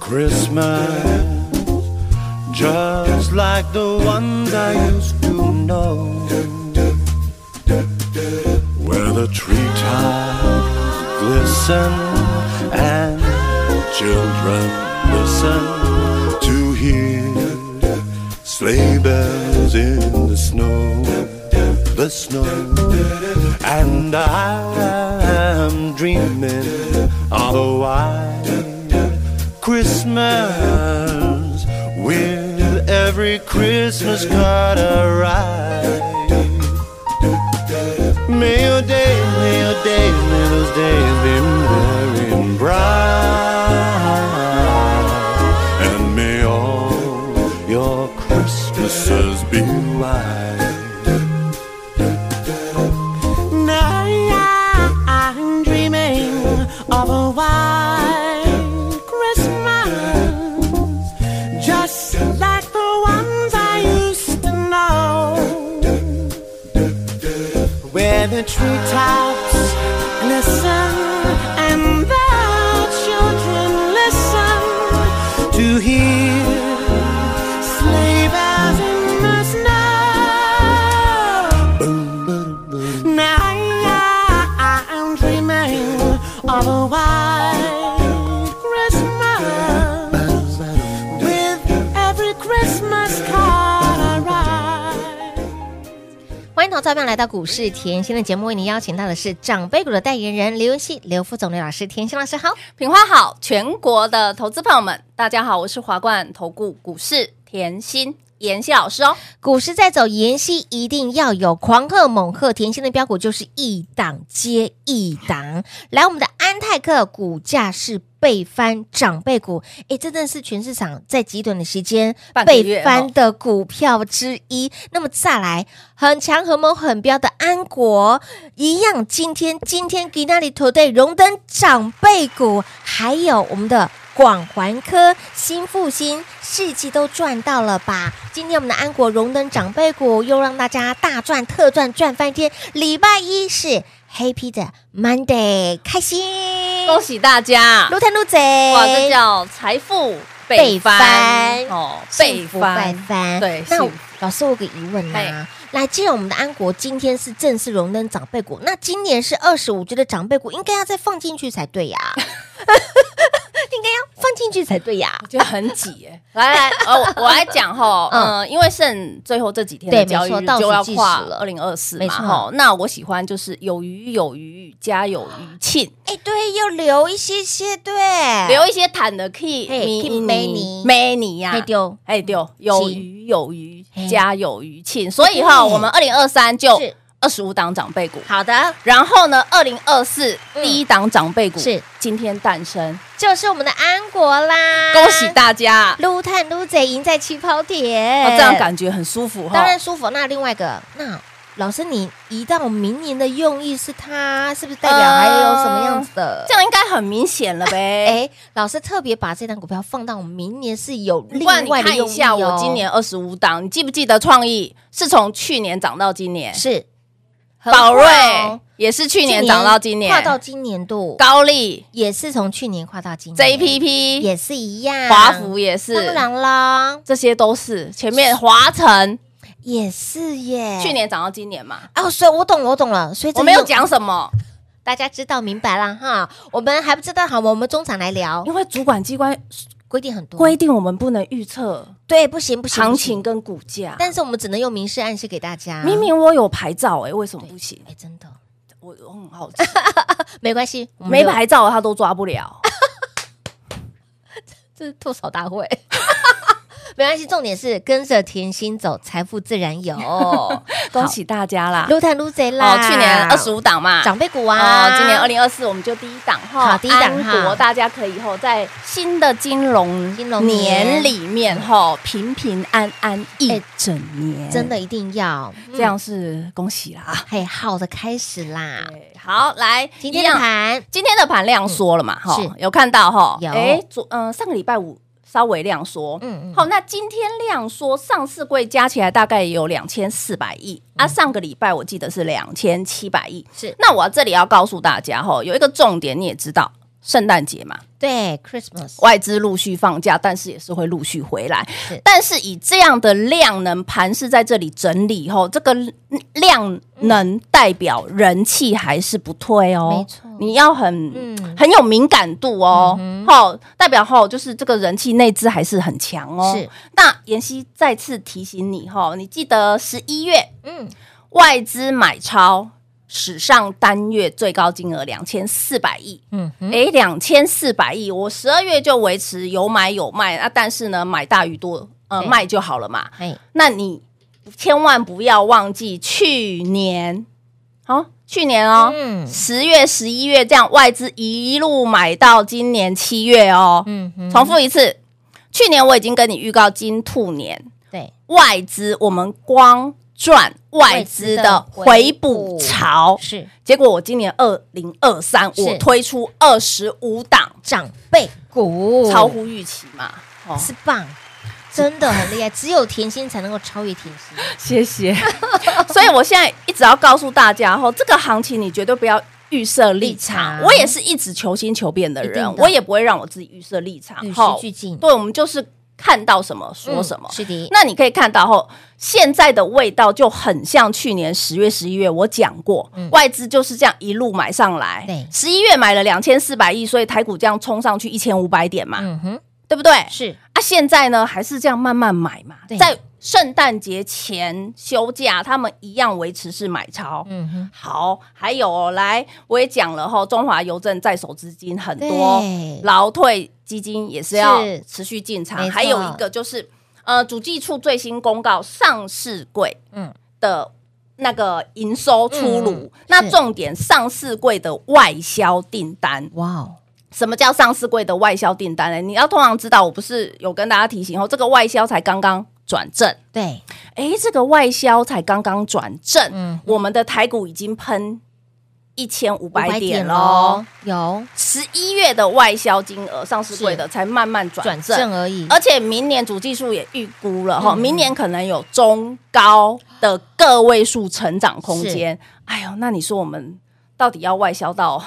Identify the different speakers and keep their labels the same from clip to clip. Speaker 1: Christmas, just like the ones I used to know, where the treetops glisten and children listen to hear sleigh bells in the snow, the snow. And I am dreaming of a white Christmas with every Christmas card I write. May your days, may your days, may those days be merry and bright. And may all your Christmases be white.
Speaker 2: Now I'm dreaming of a white Christmas, just like the ones I used to know, where the treetops listen and the children listen to hear sleigh bells in the snow. Now I'm dreaming of a white Christmas with every Christmas card I write.
Speaker 3: 欢迎投资者朋友来到股市甜心的节目，为您邀请到的是长辈股的代言人刘云熙、刘副总、刘老师，甜心老师好。
Speaker 4: 品花好，全国的投资朋友们，大家啊好，我是华冠投顾股市甜心妍希老师哦。
Speaker 3: 股市在走，妍希一定要有狂贺猛贺，甜心的标股就是一档接一档。来，我们的安泰克股价是倍翻长辈股，哎，这真的是全市场在极短的时间
Speaker 4: 半个月
Speaker 3: 倍翻
Speaker 4: 哦
Speaker 3: 的股票之一。那么再来，很强、很猛、很彪的安国，一样今天今天 g i n a l i Today 荣登长辈股，还有我们的广环科、新复兴、世纪都赚到了吧？今天我们的安国荣登长辈股，又让大家大赚特赚赚翻天。礼拜一是 Happy 的 Monday，开
Speaker 5: 哎
Speaker 3: 心，
Speaker 4: 恭喜大家！
Speaker 3: 撸探撸贼，
Speaker 4: 哇，这叫财富倍翻
Speaker 3: 倍翻
Speaker 4: 哦，倍
Speaker 3: 幸福
Speaker 4: 翻
Speaker 3: 百翻。
Speaker 4: 对
Speaker 3: 那
Speaker 4: 幸福
Speaker 3: 老师，我有个疑问啊
Speaker 4: 嘿。
Speaker 3: 来，既然我们的安国今天是正式荣登长辈股，那今年是二十五，觉得长辈股应该要再放进去才 对呀、应该要放进去才对呀、
Speaker 4: 就很挤耶。 来来，呃，我我来讲哈，
Speaker 3: 嗯
Speaker 4: 嗯，因为剩最后这几天
Speaker 3: 对
Speaker 4: 的
Speaker 3: 没
Speaker 4: 交易
Speaker 3: 错
Speaker 4: 日
Speaker 3: 倒数
Speaker 4: 就要
Speaker 3: 计时
Speaker 4: 跨
Speaker 3: 了
Speaker 4: 二零二四
Speaker 3: 没
Speaker 4: 嘛，
Speaker 3: 错
Speaker 4: 哈。那我喜欢就是有余有余，家有余庆，
Speaker 3: 哎、对，要留一些些，对，
Speaker 4: 留一些坦的 key，
Speaker 3: 哎嘿 key 美尼
Speaker 4: 美尼呀
Speaker 3: 可以，丢。
Speaker 4: 哎丢，有
Speaker 3: 是
Speaker 4: 余有余
Speaker 3: 嘿，
Speaker 4: 家有余庆。所以哈，
Speaker 3: 对
Speaker 4: 我们二零二三就是二十五档长辈股，
Speaker 3: 好的，
Speaker 4: 然后呢，二零二四第一档长辈股
Speaker 3: 是
Speaker 4: 今天诞生，
Speaker 3: 就是我们的安国啦，
Speaker 4: 恭喜大家！
Speaker 3: 撸探撸贼赢在起跑点，
Speaker 4: 哦这样感觉很舒服哈
Speaker 3: 当。然舒服。那另外一个，那老师你移到明年的用意是它是不是代表还有什么样子的？
Speaker 4: 呃这样应该很明显了呗。
Speaker 3: 哎，老师特别把这档股票放到明年是有另
Speaker 4: 不然你
Speaker 3: 外的
Speaker 4: 看
Speaker 3: 用
Speaker 4: 一
Speaker 3: 意、哦、
Speaker 4: 下，我今年二十五档，你记不记得创意是从去年涨到今年？
Speaker 3: 是
Speaker 4: 宝瑞
Speaker 3: 很快哦
Speaker 4: 也是去年涨到今年，
Speaker 3: 跨到今年度，
Speaker 4: 高丽、
Speaker 3: 也是从去年跨到今年
Speaker 4: JPP、
Speaker 3: 也是一样，
Speaker 4: 华孚也是，
Speaker 3: 当然啦，
Speaker 4: 这些都是前面华晨
Speaker 3: 也是耶。
Speaker 4: 去年涨到今年嘛，
Speaker 3: 哦，所以我懂了，我懂了，所以这
Speaker 4: 我没有
Speaker 3: 又
Speaker 4: 讲什么，
Speaker 3: 大家知道明白了哈。我们还不知道，好，我们中场来聊，
Speaker 4: 因为主管机关
Speaker 3: 规定很多，
Speaker 4: 规定我们不能预测
Speaker 3: 对不行不行，
Speaker 4: 行
Speaker 3: 不行
Speaker 4: 情跟股价。
Speaker 3: 但是我们只能用明示暗示给大家。
Speaker 4: 明明我有牌照哎、为什么不行？
Speaker 3: 哎，真的
Speaker 4: 我我很好奇，
Speaker 3: 没关系，我们
Speaker 4: 没
Speaker 3: 就
Speaker 4: 牌照他 都抓不了。
Speaker 3: 这是吐槽大会。 没关系，重点是跟着甜心走，财富自然 有。
Speaker 4: 恭喜大家啦！
Speaker 3: 撸碳撸贼啦！
Speaker 4: 哦，去年二十五档嘛，
Speaker 3: 长辈股啊，
Speaker 4: 哦，今年二零二四我们就第一档哈，
Speaker 3: 好第一档哈
Speaker 4: 安国大家可以后在新的金融
Speaker 3: 金融年
Speaker 4: 年里面哈，平平安安一
Speaker 3: 哎
Speaker 4: 整年，
Speaker 3: 真的一定要
Speaker 4: 这，样是恭喜啦！
Speaker 3: 嘿，好的开始啦。
Speaker 4: 对好，来
Speaker 3: 今天的。
Speaker 4: 一样
Speaker 3: 盘
Speaker 4: 今天的盘量缩了嘛？哈、
Speaker 3: 是
Speaker 4: 有看到哈？
Speaker 3: 有
Speaker 4: 哎，昨嗯、上个礼拜五稍微量缩，
Speaker 3: 嗯
Speaker 4: 嗯
Speaker 3: 嗯
Speaker 4: 好，那今天量缩，上市柜加起来大概也有两千四百亿、
Speaker 3: 嗯
Speaker 4: 啊，上个礼拜我记得是两千七百亿。
Speaker 3: 是
Speaker 4: 那我这里要告诉大家哈，有一个重点你也知道，圣诞节嘛，
Speaker 3: 对 Christmas
Speaker 4: 外资陆续放假，但是也是会陆续回来
Speaker 3: 是。
Speaker 4: 但是以这样的量能盘是在这里整理后，这个量能代表人气还是不退哦。
Speaker 3: 没错
Speaker 4: 你要很、
Speaker 3: 嗯
Speaker 4: 很有敏感度哦。好、代表后就是这个人气内资还是很强哦。
Speaker 3: 是，
Speaker 4: 那妍希再次提醒你哈，你记得十一月
Speaker 3: 嗯
Speaker 4: 外资买超史上单月最高金额两千四百亿。
Speaker 3: 嗯哼，
Speaker 4: 哎，两千四百亿，我十二月就维持有买有卖啊，但是呢，买大于多，呃，
Speaker 3: 对
Speaker 4: 卖就好了嘛。
Speaker 3: 哎
Speaker 4: 那你千万不要忘记去年，哦，去年哦，
Speaker 3: 嗯
Speaker 4: 十月、十一月这样外资一路买到今年七月哦。
Speaker 3: 嗯哼，
Speaker 4: 重复一次，去年我已经跟你预告金兔年
Speaker 3: 对，
Speaker 4: 外资，我们光赚外资的回
Speaker 3: 回
Speaker 4: 补
Speaker 3: 补
Speaker 4: 潮，
Speaker 3: 是
Speaker 4: 结果我今年二零二三，
Speaker 3: 嗯是
Speaker 4: 我推出二十五档，
Speaker 3: 长辈股
Speaker 4: 超乎预期嘛。哦，
Speaker 3: 是棒，真的很厉害，只有甜心才能够超越 甜心。
Speaker 4: 谢谢。所以我现在一直要告诉大家，吼，这个行情你绝对不要预设立
Speaker 3: 立
Speaker 4: 场。
Speaker 3: 场
Speaker 4: 我也是一直求新求变的
Speaker 3: 一定
Speaker 4: 人，
Speaker 3: 的
Speaker 4: 我也不会让我自己预设立场
Speaker 3: 与。时俱进
Speaker 4: 对，我们就是看到什么说什么
Speaker 3: 嗯。是的，
Speaker 4: 那你可以看到后，现在的味道就很像去年十月、十一月，我讲过，外资就是这样一路买上来
Speaker 3: 嗯对。
Speaker 4: 十一月买了两千四百亿，所以台股这样冲上去一千五百点嘛，
Speaker 3: 嗯哼，
Speaker 4: 对不对？
Speaker 3: 是
Speaker 4: 啊，现在呢还是这样慢慢买嘛
Speaker 3: 对，
Speaker 4: 在圣诞节前休假，他们一样维持是买超。
Speaker 3: 嗯哼，
Speaker 4: 好，还有哦，来，我也讲了哈，中华邮政在手资金很多
Speaker 3: 对，
Speaker 4: 劳退基金也是要
Speaker 3: 是
Speaker 4: 持续进
Speaker 3: 没
Speaker 4: 场，
Speaker 3: 错
Speaker 4: 还有一个就是呃，主计处最新公告上市柜
Speaker 3: 嗯
Speaker 4: 嗯的那个营收出炉，
Speaker 3: 嗯
Speaker 4: 那
Speaker 3: 是
Speaker 4: 重点上市柜的外销订单
Speaker 3: 哇哦，
Speaker 4: 什么叫上市柜的外销订单呢？你要通常知道，我不是有跟大家提醒哦，这个外销才刚刚转正，
Speaker 3: 对，
Speaker 4: 诶，这个外销才刚刚转正，
Speaker 3: 嗯
Speaker 4: 我们的台股已经喷一千五百
Speaker 3: 500
Speaker 4: 点
Speaker 3: 咯
Speaker 4: 喽。，
Speaker 3: 有
Speaker 4: 十一月的外销金额，上市柜的才慢慢转
Speaker 3: 转
Speaker 4: 正，
Speaker 3: 正而已，
Speaker 4: 而且明年主技术也预估了哈、明年可能有中高的个位数成长空间。哎呦，那你说我们到底要外销到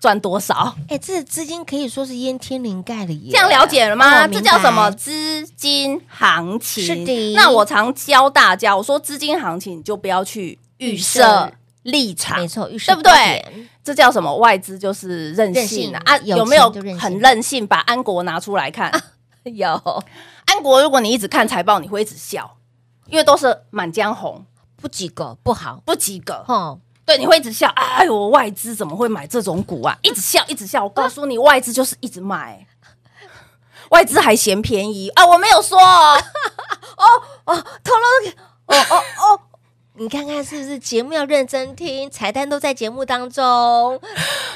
Speaker 4: 赚多少？
Speaker 3: 哎，这资金可以说是淹天灵盖了耶，
Speaker 4: 这样了解了
Speaker 3: 哦
Speaker 4: 吗？
Speaker 3: 明
Speaker 4: 这
Speaker 3: 白
Speaker 4: 叫什么资金行情？
Speaker 3: 是的
Speaker 4: 那我常教大家，我说资金行情你就不要去预设立场
Speaker 3: 没，错，预示
Speaker 4: 对不
Speaker 3: 高
Speaker 4: 对
Speaker 3: 点？
Speaker 4: 这叫什么？外资就是任性啊！
Speaker 3: 任性
Speaker 4: 啊
Speaker 3: 有
Speaker 4: 有没有
Speaker 3: 钱就任性
Speaker 4: 很任性？啊把安国拿出来看，
Speaker 3: 有
Speaker 4: 安国，如果你一直看财报，你会一直笑，因为都是满江红
Speaker 3: 不及格不好
Speaker 4: 不及格，
Speaker 3: 哦，
Speaker 4: 对，你会一直笑。哎呦，外资怎么会买这种股啊？一直笑，一直笑。我告诉你，外资就是一直 买。外资还嫌便宜啊！我没有说哦，
Speaker 3: 你看看是不是节目要认真听，彩蛋都在节目当中，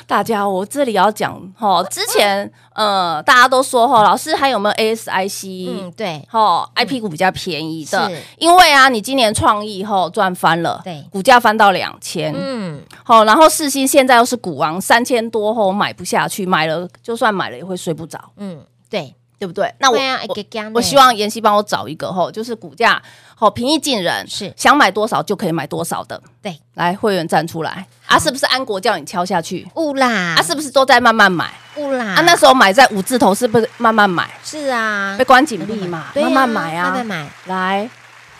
Speaker 4: 大家，我这里要讲哈，哦之前呃，大家都说哈，老师还有没有 ASIC？
Speaker 3: 嗯，对，
Speaker 4: 哈 i p 股比较便宜的
Speaker 3: 是，
Speaker 4: 因为啊，你今年创意后赚翻了，
Speaker 3: 对
Speaker 4: 股价翻到两千，
Speaker 3: 嗯，
Speaker 4: 好，然后世新现在又是股王三千多后买不下去，买了就算买了也会睡不着，
Speaker 3: 嗯，对，
Speaker 4: 对不对？那我、
Speaker 3: 对啊
Speaker 4: 我
Speaker 3: 给给
Speaker 4: 我希望妍希帮我找一个吼，就是股价好平易近人，
Speaker 3: 是
Speaker 4: 想买多少就可以买多少的。
Speaker 3: 对，
Speaker 4: 来会员站出来啊！是不是安国叫你敲下去？
Speaker 3: 误啦，
Speaker 4: 啊，是不是都在慢慢买？
Speaker 3: 误啦，
Speaker 4: 啊，那时候买在五字头是不是慢慢买？
Speaker 3: 是啊
Speaker 4: 被，关紧闭嘛，
Speaker 3: 对
Speaker 4: 慢慢买啊，
Speaker 3: 慢慢买，
Speaker 4: 来，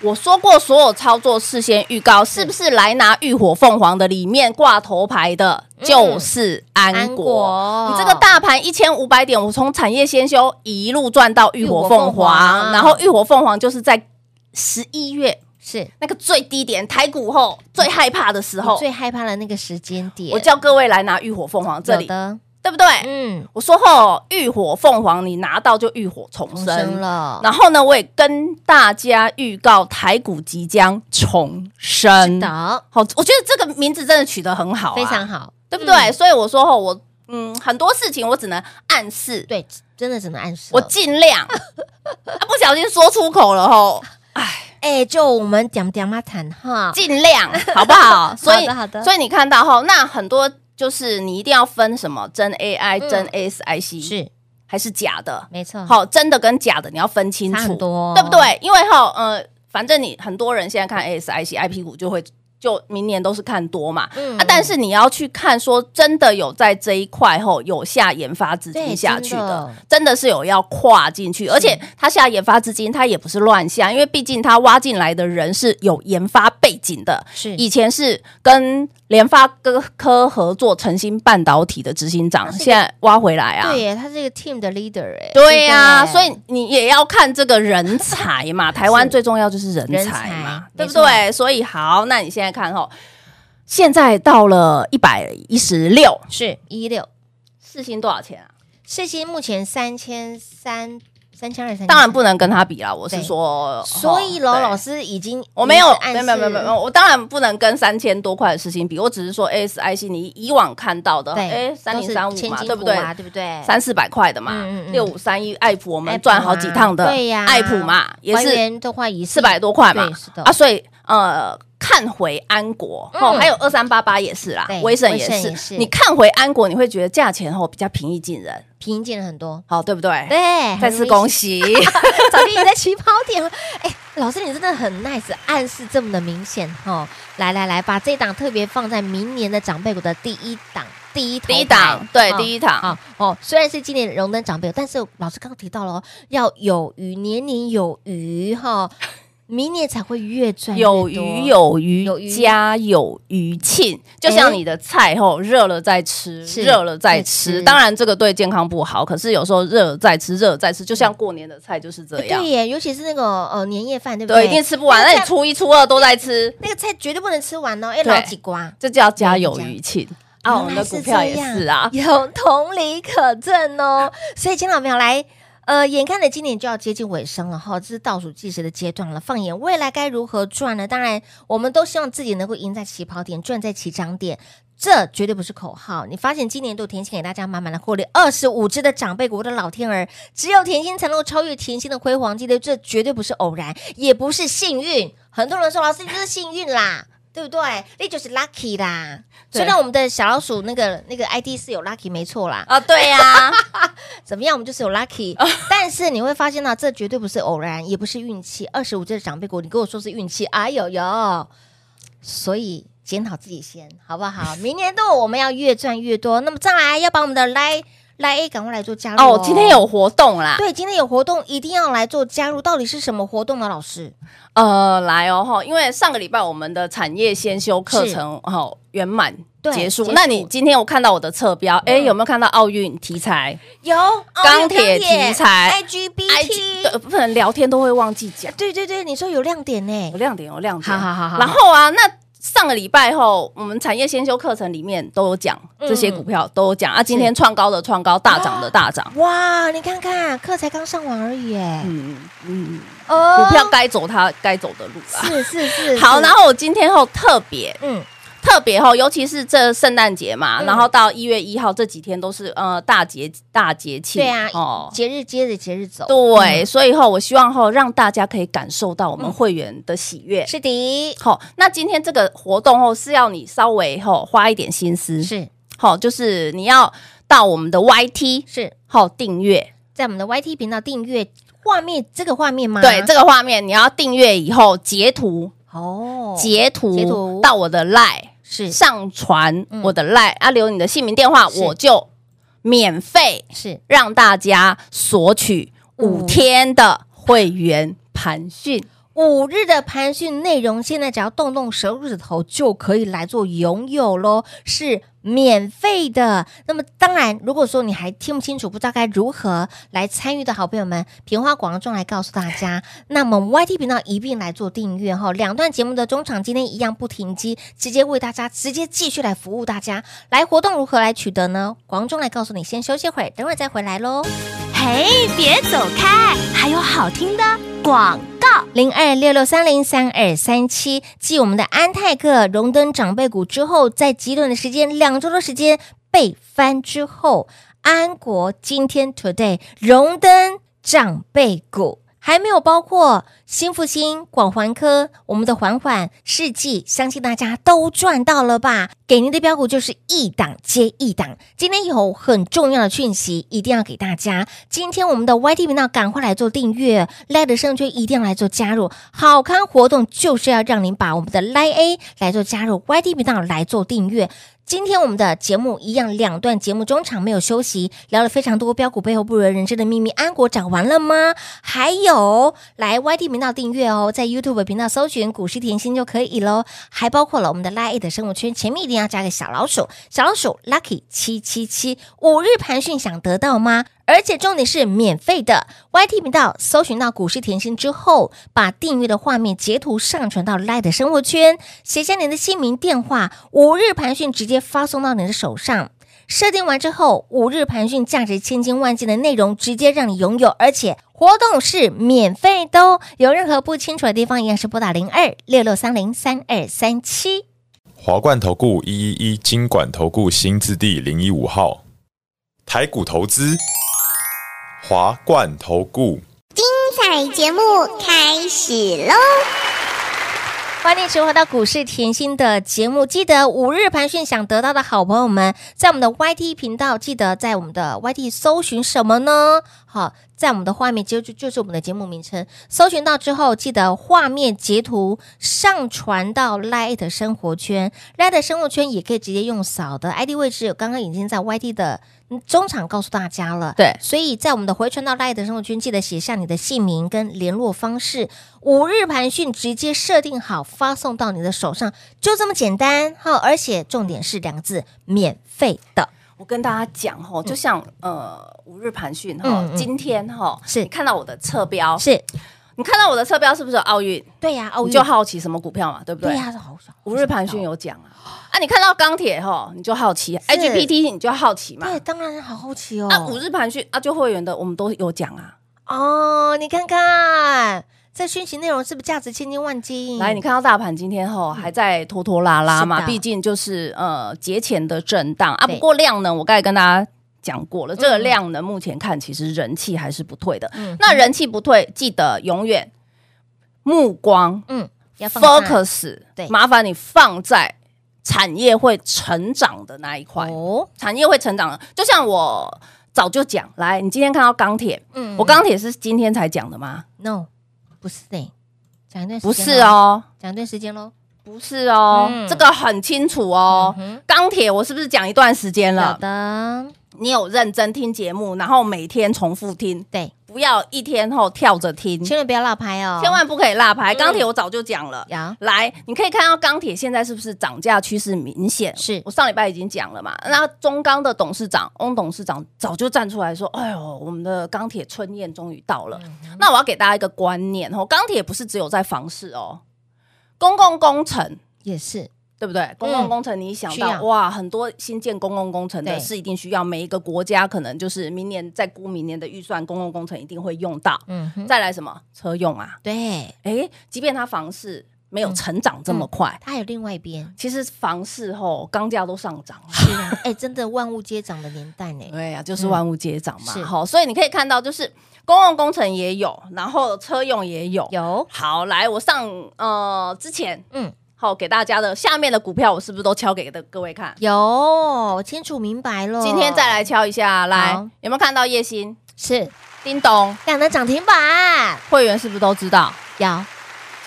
Speaker 4: 我说过所有操作事先预
Speaker 3: 嗯
Speaker 4: 告，是不是来拿浴火凤凰的里面挂头牌的，就是安
Speaker 3: 嗯安国
Speaker 4: 国？你这个大盘一千五百点，我从产业先修一路赚到浴火凤
Speaker 3: 浴火凤凰啊
Speaker 4: 凰，然后浴火凤凰就是在十一月
Speaker 3: 是
Speaker 4: 那个最低点，台股后最害怕的时
Speaker 3: 我
Speaker 4: 候。
Speaker 3: 嗯最害怕的那个时间点，
Speaker 4: 我叫各位来拿浴火凤凰，这
Speaker 3: 有
Speaker 4: 里
Speaker 3: 的
Speaker 4: 对不对？
Speaker 3: 嗯，
Speaker 4: 我说后浴火凤凰，你拿到就浴火重
Speaker 3: 重
Speaker 4: 生
Speaker 3: 生了，
Speaker 4: 然后呢，我也跟大家预告台股即将重生。
Speaker 3: 的，
Speaker 4: 好，我觉得这个名字真的取得很好、啊
Speaker 3: 非常，好，
Speaker 4: 对不对？所以我说吼，我嗯，很多事情我只能暗示，
Speaker 3: 对，真的只能暗示
Speaker 4: 我
Speaker 3: 了。
Speaker 4: 尽 量、啊不小心说出口了哦吼，
Speaker 3: 哎，就我们讲讲嘛谈哈，
Speaker 4: 尽 量好不好？所以，
Speaker 3: 好的好的
Speaker 4: 所以你看到吼，哦那很多就是你一定要分什么真 AI、真 SIC
Speaker 3: 嗯是
Speaker 4: 还是假的，
Speaker 3: 没错，
Speaker 4: 好，真的跟假的你要分清
Speaker 3: 差
Speaker 4: 楚
Speaker 3: 很，多，
Speaker 4: 对不？对？因为哈，呃，反正你很多人现在看 ASIC、IP 股就会。就明年都是看多嘛，
Speaker 3: 嗯
Speaker 4: 啊，但是你要去看说真的有在这一块后有下研发资
Speaker 3: 对
Speaker 4: 金下去
Speaker 3: 真
Speaker 4: 的，
Speaker 3: 的
Speaker 4: 真的是有要跨进去，而且他下研发资金他也不是乱下，因为毕竟他挖进来的人是有研发背景的，
Speaker 3: 是
Speaker 4: 以前是跟联发科科合作诚芯半导体的执行长，
Speaker 3: 是一个
Speaker 4: 现在挖回来啊，
Speaker 3: 对耶，他是一个 team 的 leader 哎，
Speaker 4: 对呀、
Speaker 3: 对不对
Speaker 4: 所以你也要看这个人才 嘛。台湾最重要就是人
Speaker 3: 人
Speaker 4: 才
Speaker 3: 才
Speaker 4: 嘛，对不
Speaker 3: 没
Speaker 4: 对？所以好，那你现在看哦，现在到了一百一十六，
Speaker 3: 是一六，
Speaker 4: 四星多少钱啊？
Speaker 3: 世新目前三千三三千二三，
Speaker 4: 当然不能跟他比啦，我是
Speaker 3: 对
Speaker 4: 说，
Speaker 3: 所以喽，
Speaker 4: 哦对
Speaker 3: 老师已经
Speaker 4: 我没有
Speaker 3: 一直，暗
Speaker 4: 没
Speaker 3: 示
Speaker 4: 有，没有，没有，没有，我当然不能跟三千多块的事情比，我只是说 ASIC 你以往看到的，
Speaker 3: 对，
Speaker 4: 哎，三零三
Speaker 3: 都是
Speaker 4: 五
Speaker 3: 千
Speaker 4: 嘛，
Speaker 3: 金
Speaker 4: 对不
Speaker 3: 股
Speaker 4: 对？
Speaker 3: 啊对不对？
Speaker 4: 三四百块的嘛
Speaker 3: 嗯嗯嗯，
Speaker 4: 六五三一爱普，我
Speaker 3: 爱
Speaker 4: 们
Speaker 3: 普
Speaker 4: 赚哎好几趟的，
Speaker 3: 啊对呀
Speaker 4: 爱普嘛，也
Speaker 3: 还
Speaker 4: 是
Speaker 3: 原都快一
Speaker 4: 四百多块嘛
Speaker 3: 对，是的
Speaker 4: 啊，所以呃，看回安国
Speaker 3: 嗯
Speaker 4: 哦，还有二三八八也是啦
Speaker 3: 对，
Speaker 4: 威盛也
Speaker 3: 威盛
Speaker 4: 是
Speaker 3: 也是，
Speaker 4: 你看回安国，你会觉得价钱哦比较平易近人，
Speaker 3: 平静了很多。
Speaker 4: 好对不对？
Speaker 3: 对，
Speaker 4: 哎再次恭
Speaker 3: 喜！
Speaker 4: 喜，
Speaker 3: 早听你在起跑点了。 哎，老师你真的很 nice，暗示这么的明显哦。来来来，把这档特别放在明年的长辈股的第一档， 第一头
Speaker 4: 第一档
Speaker 3: 牌
Speaker 4: 对
Speaker 3: 哦
Speaker 4: 第一档，
Speaker 3: 好哦，虽然是今年荣登长辈，但是老师刚刚提到了哦，要有余，年年有余哈、 明年才会越赚越
Speaker 4: 有
Speaker 3: 多
Speaker 4: 余有余
Speaker 3: 有余
Speaker 4: 家有余庆，就像你的菜吼，热了再吃，
Speaker 3: 是
Speaker 4: 热了再
Speaker 3: 再
Speaker 4: 吃。
Speaker 3: 吃
Speaker 4: 当然这个对健康不好，可是有时候热了再吃，热了再吃，就像过年的菜就是这
Speaker 3: 哎
Speaker 4: 样
Speaker 3: 嗯对，耶，尤其是那个呃年夜饭，对不对？
Speaker 4: 对，一定吃不完。
Speaker 3: 那
Speaker 4: 那
Speaker 3: 个
Speaker 4: 你
Speaker 3: 菜
Speaker 4: 初一初二都在吃，
Speaker 3: 那个菜绝对不能吃完哦，哎，
Speaker 4: 对
Speaker 3: 老几瓜。
Speaker 4: 这叫家有余庆。啊，我们的股票也是啊，
Speaker 3: 原来这样有同理可证哦。 所以，亲老朋友来。呃，眼看着今年就要接近尾声了哈，这是倒数计时的阶段了。放眼未来该如何赚呢？当然，我们都希望自己能够赢在起跑点，赚在起涨点，这绝对不是口号。你发现今年度甜心给大家满满的获利，二十五只的长辈股，我的老天儿，只有甜心才能够超越甜心的辉煌记录，这绝对不是偶然，也不是幸运。很多人说老师你这是幸运啦，对不对？那就是 lucky 啦。
Speaker 4: 对
Speaker 3: 虽然我们的小老鼠那个那个 ID 是有 Lucky 没错啦，
Speaker 4: 啊，对 呀、
Speaker 3: 怎么样我们就是有 Lucky，但是你会发现呢、这绝对不是偶然，也不是运气。二十五岁的长辈股，你跟我说是运气，哎呦呦，所以检讨自己先，好不 好？明年度我们要越赚越多，那么再来要把我们的来来 A 赶快来做加入
Speaker 4: 哦，今天。有活动 啦，
Speaker 3: 对，今天有活动，一定要来做加入。到底是什么活动呢？老师，
Speaker 4: 呃，来哦哈，因为上个礼拜我们的产业先修课程哈、哦、圆满
Speaker 3: 对
Speaker 4: 结束
Speaker 3: 结束，嗯
Speaker 4: 那你今天我看到我的侧标，哎、有没有看到奥运题材
Speaker 3: 有
Speaker 4: 哦钢铁题材
Speaker 3: ，IGBT，
Speaker 4: 对，不能聊天都会忘记讲，
Speaker 3: 对对对，你说有亮点呢
Speaker 4: 有，亮点，有亮点，
Speaker 3: 好好好好
Speaker 4: 然后啊，那上个礼拜后，我们产业先修课程里面都有讲
Speaker 3: 嗯
Speaker 4: 这些股票，都有讲啊，今天创高的创高，大涨的大涨，
Speaker 3: 哇，你看看，课才刚上完而已，哎，
Speaker 4: 嗯嗯，
Speaker 3: 哦
Speaker 4: 股票该走它该走的路啊。
Speaker 3: 是是是，
Speaker 4: 好，
Speaker 3: 是
Speaker 4: 然后我今天后特别
Speaker 3: 嗯，
Speaker 4: 特别吼，尤其是这圣诞节嘛，
Speaker 3: 嗯
Speaker 4: 然后到一月一号这几天都是呃大节大节气，
Speaker 3: 对啊嗯
Speaker 4: 哦。
Speaker 3: 节日接着节日走，
Speaker 4: 对，所以吼，我希望吼让大家可以感受到我们会员的喜悦。
Speaker 3: 是的，
Speaker 4: 好、那今天这个活动吼是要你稍微吼花一点心思，
Speaker 3: 是
Speaker 4: 好、就是你要到我们的 YT
Speaker 3: 是
Speaker 4: 好、订阅，
Speaker 3: 在我们的 YT 频道订阅画面，这个画面吗？
Speaker 4: 对这个画面你要订阅以后截图
Speaker 3: 哦，
Speaker 4: 截图
Speaker 3: 截图
Speaker 4: 到我的 Line
Speaker 3: 是
Speaker 4: 上传
Speaker 3: 嗯
Speaker 4: 我的 Line，、啊留你的姓名电话，
Speaker 3: 是
Speaker 4: 我就免费
Speaker 3: 是
Speaker 4: 让大家索取
Speaker 3: 五
Speaker 4: 五天的会员盘讯。
Speaker 3: 五日的盘讯内容，现在只要动动手指头就可以来做拥有喽，是免费的。那么当然，如果说你还听不清楚，不知道该如何来参与的好朋友们，平花广告中来告诉大家。 那么 YT 频道一并来做订阅哈，两段节目的中场今天一样不停机，直接为大家直接继续来服务大家。来活动如何来取得呢？广中来告诉你，先休息会儿，等会儿再回来喽。
Speaker 5: 嘿，别走开，还有好听的广告。
Speaker 3: 零二六六三零三二三七，继我们的安泰克荣登长辈股之后，在极短的时间，两周的时间被翻之后，安国今天 today 荣登长辈股，还没有包括新复兴、广环科、我们的缓缓、世纪，相信大家都赚到了吧？给您的标股就是一档接一档，今天有很重要的讯息，一定要给大家。今天我们的 YT 频道赶快来做订阅，Light 的生圈一定要来做加入。好康活动就是要让您把我们的 Light A 来做加入，YT 频道来做订阅。今天我们的节目一样，两段节目中场没有休息，聊了非常多标股背后不为人知的秘密。安国涨完了吗？还有来 YT 频道订阅哦，在 YouTube 频道搜寻“股市甜心”就可以喽。还包括了我们的 Light 的生活圈，前面一定要加个小老鼠，小老鼠 Lucky 七七七，五日盘讯想得到吗？而且重点是免费的，YT 频道搜寻到股市甜心之后，把订阅的画面截图上传到 Light 的生活圈，写下您的姓名、电话，五日盘讯直接发送到您的手上。设定完之后，五日盘讯价值千金万金的内容直接让你拥有，而且活动是免费的哦。有任何不清楚的地方，一样是拨打零二六六三零三二三七。
Speaker 6: 华冠投顾一一一金管投顾新字第零一五号，台股投资，华冠投顾。
Speaker 7: 彩节目开始喽！
Speaker 3: 欢迎持回到股市甜心的节目。记得五日盘讯想得到的好朋友们，在我们的 YT 频道，记得在我们的 YT 搜寻什么呢？好，在我们的画面就就就是我们的节目名称，搜寻到之后，记得画面截图上传到 Light 生活圈，Light 生活圈也可以直接用扫的 ID 位置，刚刚已经在 YT 的中场告诉大家了。
Speaker 4: 对
Speaker 3: 所以在我们的回传到 Light 生活圈，记得写下你的姓名跟联络方式。五日盘讯直接设定好，发送到你的手上，就这么简单。好，而且重点是两个字，免费的。
Speaker 4: 我跟大家讲哈，就像、呃五日盘讯哈
Speaker 3: 嗯，嗯
Speaker 4: 今天哈
Speaker 3: 是
Speaker 4: 你看到我的侧标，
Speaker 3: 是
Speaker 4: 你看到我的侧标是不是有奥运？
Speaker 3: 对呀、奥
Speaker 4: 你
Speaker 3: 运
Speaker 4: 就好奇什么股票嘛，嗯对不
Speaker 3: 对
Speaker 4: 对？
Speaker 3: 呀、好爽。
Speaker 4: 五日盘讯有讲啊，啊，你看到钢铁哈，你就好奇；IGPT 你就好奇嘛。
Speaker 3: 对，当然好好奇哦。
Speaker 4: 啊，五日盘讯啊，就会员的我们都有讲啊。
Speaker 3: 哦，你看看这讯息内容是不是价值千金万金？
Speaker 4: 来，你看到大盘今天吼还在拖拖拉拉
Speaker 3: 嗯是
Speaker 4: 嘛，
Speaker 3: 的
Speaker 4: 毕竟就是呃节前的震荡啊。
Speaker 3: 对
Speaker 4: 不过量呢，我刚才跟大家。讲过了，这个量呢，目前看其实人气还是不退的。
Speaker 3: 嗯
Speaker 4: 那人气不退，记得永远目光
Speaker 3: 嗯，要放大
Speaker 4: focus，
Speaker 3: 对
Speaker 4: 麻烦你放在产业会成长的那一块。
Speaker 3: 哦，
Speaker 4: 产业会成长的，就像我早就讲，来，你今天看到钢铁，
Speaker 3: 嗯
Speaker 4: 我钢铁是今天才讲的吗？
Speaker 3: no 不是的，讲一段时
Speaker 4: 不
Speaker 3: 间
Speaker 4: 是
Speaker 3: 咯，
Speaker 4: 哦，
Speaker 3: 讲一段时间喽。
Speaker 4: 不是哦，
Speaker 3: 嗯
Speaker 4: 这个很清楚哦。
Speaker 3: 嗯
Speaker 4: 钢铁我是不是讲一段时间
Speaker 3: 好
Speaker 4: 了？
Speaker 3: 的，
Speaker 4: 你有认真听节目，然后每天重复听，
Speaker 3: 对，
Speaker 4: 不要一天后跳着听，
Speaker 3: 千万不要落牌
Speaker 4: 嗯
Speaker 3: 哦，
Speaker 4: 千万不可以落牌。钢铁我早就讲了。
Speaker 3: 呀，
Speaker 4: 来，你可以看到钢铁现在是不是涨价趋势明显？
Speaker 3: 是
Speaker 4: 我上礼拜已经讲了嘛。那中钢的董事长翁董事长早就站出来说：“哎呦，我们的钢铁春宴终于到了。
Speaker 3: 嗯
Speaker 4: 那我要给大家一个观念哦，钢铁不是只有在房市哦，公共工程。
Speaker 3: 也是
Speaker 4: 对不对？公共工程，你一想
Speaker 3: 嗯需
Speaker 4: 到、
Speaker 3: 要
Speaker 4: 哇，很多新建公共工程的
Speaker 3: 对
Speaker 4: 是一定需要，每一个国家可能就是明年再估明年的预算，公共工程一定会用到。
Speaker 3: 嗯哼，
Speaker 4: 再来什么车用啊？
Speaker 3: 对，
Speaker 4: 诶，即便它房市没
Speaker 3: 嗯
Speaker 4: 有成长这么快，
Speaker 3: 它还有另外 一边，
Speaker 4: 其实房市后钢价都上涨了。哎
Speaker 3: 是啊，哎，真的万物皆涨的年代呢，
Speaker 4: 对呀、就是万物皆涨嘛
Speaker 3: 嗯是，
Speaker 4: 好、所以你可以看到，就是公共工程也有，然后车用也有。
Speaker 3: 有
Speaker 4: 好，来，我上呃之前，
Speaker 3: 嗯
Speaker 4: 嗯，好、给大家的下面的股票，我是不是都敲给的各位看？
Speaker 3: 有清楚明白了，
Speaker 4: 今天再来敲一下，来，
Speaker 3: 嗯好
Speaker 4: 有没有看到叶星？
Speaker 3: 是
Speaker 4: 叮咚，
Speaker 3: 两的涨停板，
Speaker 4: 会员是不是都知道？
Speaker 3: 有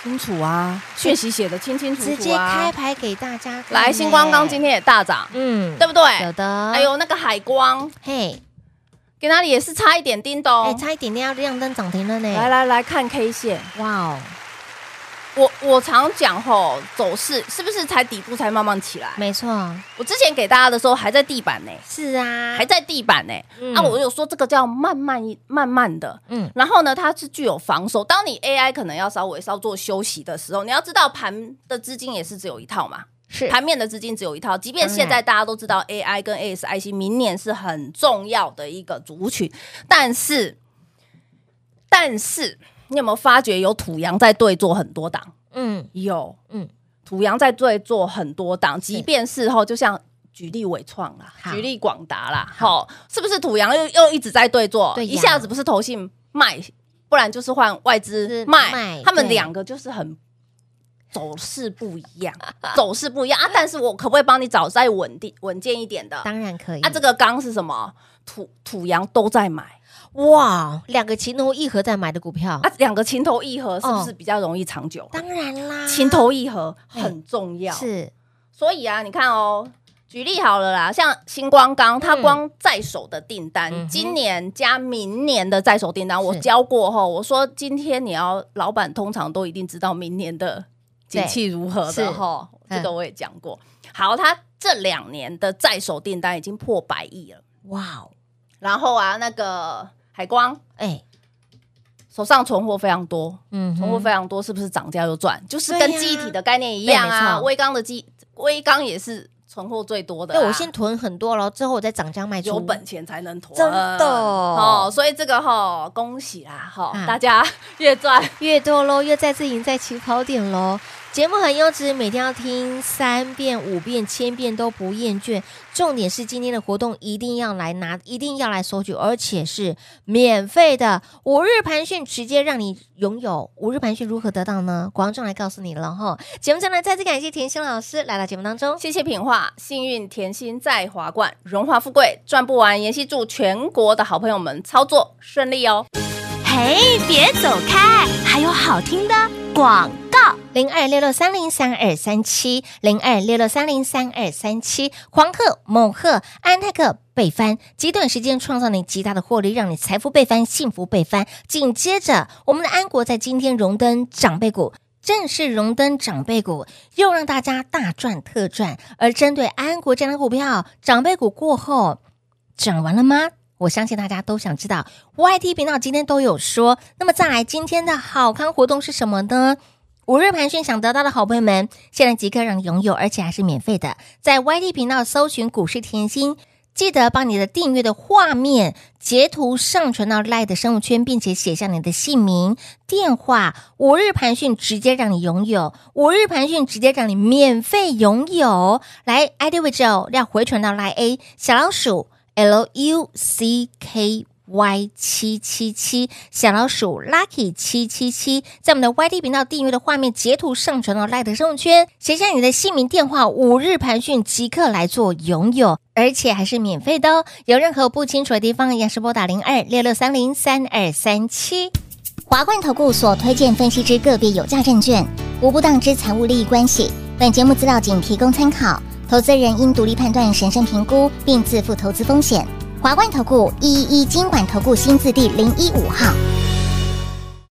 Speaker 4: 清楚啊，讯息写的清清楚楚、啊、
Speaker 3: 直接开牌给大家看
Speaker 4: 来，
Speaker 3: 呢
Speaker 4: 星光钢今，天也大涨，
Speaker 3: 嗯，
Speaker 4: 对不对？
Speaker 3: 有的，
Speaker 4: 哎，呦，那个海光
Speaker 3: 嘿，
Speaker 4: 给那里也是差一点叮咚。
Speaker 3: 哎哎，差一点点要亮灯涨停了呢。
Speaker 4: 来来来看 K 线，
Speaker 3: 哇哦，
Speaker 4: 我我常讲吼，走势是不是才底部才慢慢起来？
Speaker 3: 没错，
Speaker 4: 我之前给大家的时候还在地板呢、
Speaker 3: 是啊，
Speaker 4: 还在地板呢、
Speaker 3: 嗯
Speaker 4: 啊，我有说这个叫慢慢一慢慢的，
Speaker 3: 嗯
Speaker 4: 然后呢，它是具有防守。当你 AI 可能要稍微稍作休息的时候，你要知道盘的资金也是只有一套嘛，
Speaker 3: 是
Speaker 4: 盘面的资金只有一套。即便现在大家都知道 AI 跟 ASIC 明年是很重要的一个族群，但是，但是你有没有发觉有土洋在对做很多档？
Speaker 3: 嗯
Speaker 4: 有，
Speaker 3: 嗯
Speaker 4: 嗯，土洋在对做很多档，即便事后就像。举例伟创啦
Speaker 3: 好，
Speaker 4: 举例广达啦，好，是不是土洋又又一直在对做？
Speaker 3: 对呀
Speaker 4: 一下子不是投信卖，不然就是换外资
Speaker 3: 是
Speaker 4: 卖，
Speaker 3: 卖
Speaker 4: 他们
Speaker 3: 对
Speaker 4: 两个就是很走势不一样， 走势不一样啊！但是我可不可以帮你找再稳定、稳健一点的？啊，
Speaker 3: 当然可以
Speaker 4: 这个刚是什么？土土洋都在买
Speaker 3: 哇，两个情投意合在买的股票，
Speaker 4: 哦啊，两个情投意合是不是
Speaker 3: 哦
Speaker 4: 比较容易长久？
Speaker 3: 当然啦，
Speaker 4: 情投意合很重要，
Speaker 3: 是
Speaker 4: 所以啊，你看哦，举例好了啦，像星光钢，它光在手的订单，
Speaker 3: 嗯嗯哼
Speaker 4: 今年加明年的在手订单，我教过后，我说今天你要老板通常都一定知道明年的景气如何
Speaker 3: 是
Speaker 4: 的哈，
Speaker 3: 嗯
Speaker 4: 这个我也讲过。好，它这两年的在手订单已经破百亿了，
Speaker 3: 哇哦，
Speaker 4: 然后啊，那个海光
Speaker 3: 哎，
Speaker 4: 手上存货非常多，
Speaker 3: 嗯哼
Speaker 4: 存货非常多，是不是涨价又赚？就是
Speaker 3: 对
Speaker 4: 跟
Speaker 3: 呀
Speaker 4: 记忆体的概念一样
Speaker 3: 对没
Speaker 4: 啊。
Speaker 3: 错
Speaker 4: 微钢的记，微钢也是存货最多的、啊。
Speaker 3: 对我先囤很多了，之后我再涨价卖出，
Speaker 4: 有本钱才能囤，
Speaker 3: 真的
Speaker 4: 哦。所以这个哈、恭喜啦哈、
Speaker 3: 啊
Speaker 4: 大家越 赚
Speaker 3: 越多喽，越再次赢在起跑点喽。节目很优质，每天要听三遍、五遍、千遍都不厌倦。重点是今天的活动一定要来拿，一定要来索取，而且是免费的。五日盘讯直接让你拥有。五日盘讯如何得到呢？广众来告诉你了哈。节目中呢，再次感谢甜心老师来到节目当中。
Speaker 4: 谢谢品画，幸运甜心在华冠，荣华富贵赚不完。妍希祝全国的好朋友们操作顺利哦。
Speaker 5: 嘿，别走开，还有好听的广告。
Speaker 3: 零二六六三零三二三七，零二六六三零三二三七，狂贺、猛贺、安泰克倍翻，极短时间创造你极大的获利，让你财富倍翻、幸福倍翻。紧接着，我们的安国在今天荣登长辈股。正式荣登长辈股，又让大家大赚特赚。而针对安国这样的股票，长辈股过后，涨完了吗？我相信大家都想知道。YT 频道今天都有说，那么再来今天的好康活动是什么呢？五日盘讯想得到的好朋友们，现在即刻让你拥有，而且还是免费的。在 YT 频道搜寻“股市甜心”，记得把你的订阅的画面截图上传到 Line 的生物圈，并且写下你的姓名、电话。五日盘讯直接让你拥有，五日盘讯直接让你免费拥有。来，ID 位置哦，要回传到 Line A 小老鼠 L U C K。Y 七七七小老鼠 Lucky 七七七，在我们的 YT 频道订阅的画面截图上传到 l i 的生物圈，写下你的姓名、电话，五日盘讯即刻来做拥有，而且还是免费的哦。有任何不清楚的地方，一样是拨打零二六六三零三二三七。
Speaker 7: 华冠投顾所推荐分析之个别有价证券，无不当之财务利益关系。本节目资料仅提供参考，投资人应独立判断、审慎评估，并自负投资风险。华冠投顾一一一金管投顾新字第零一五号。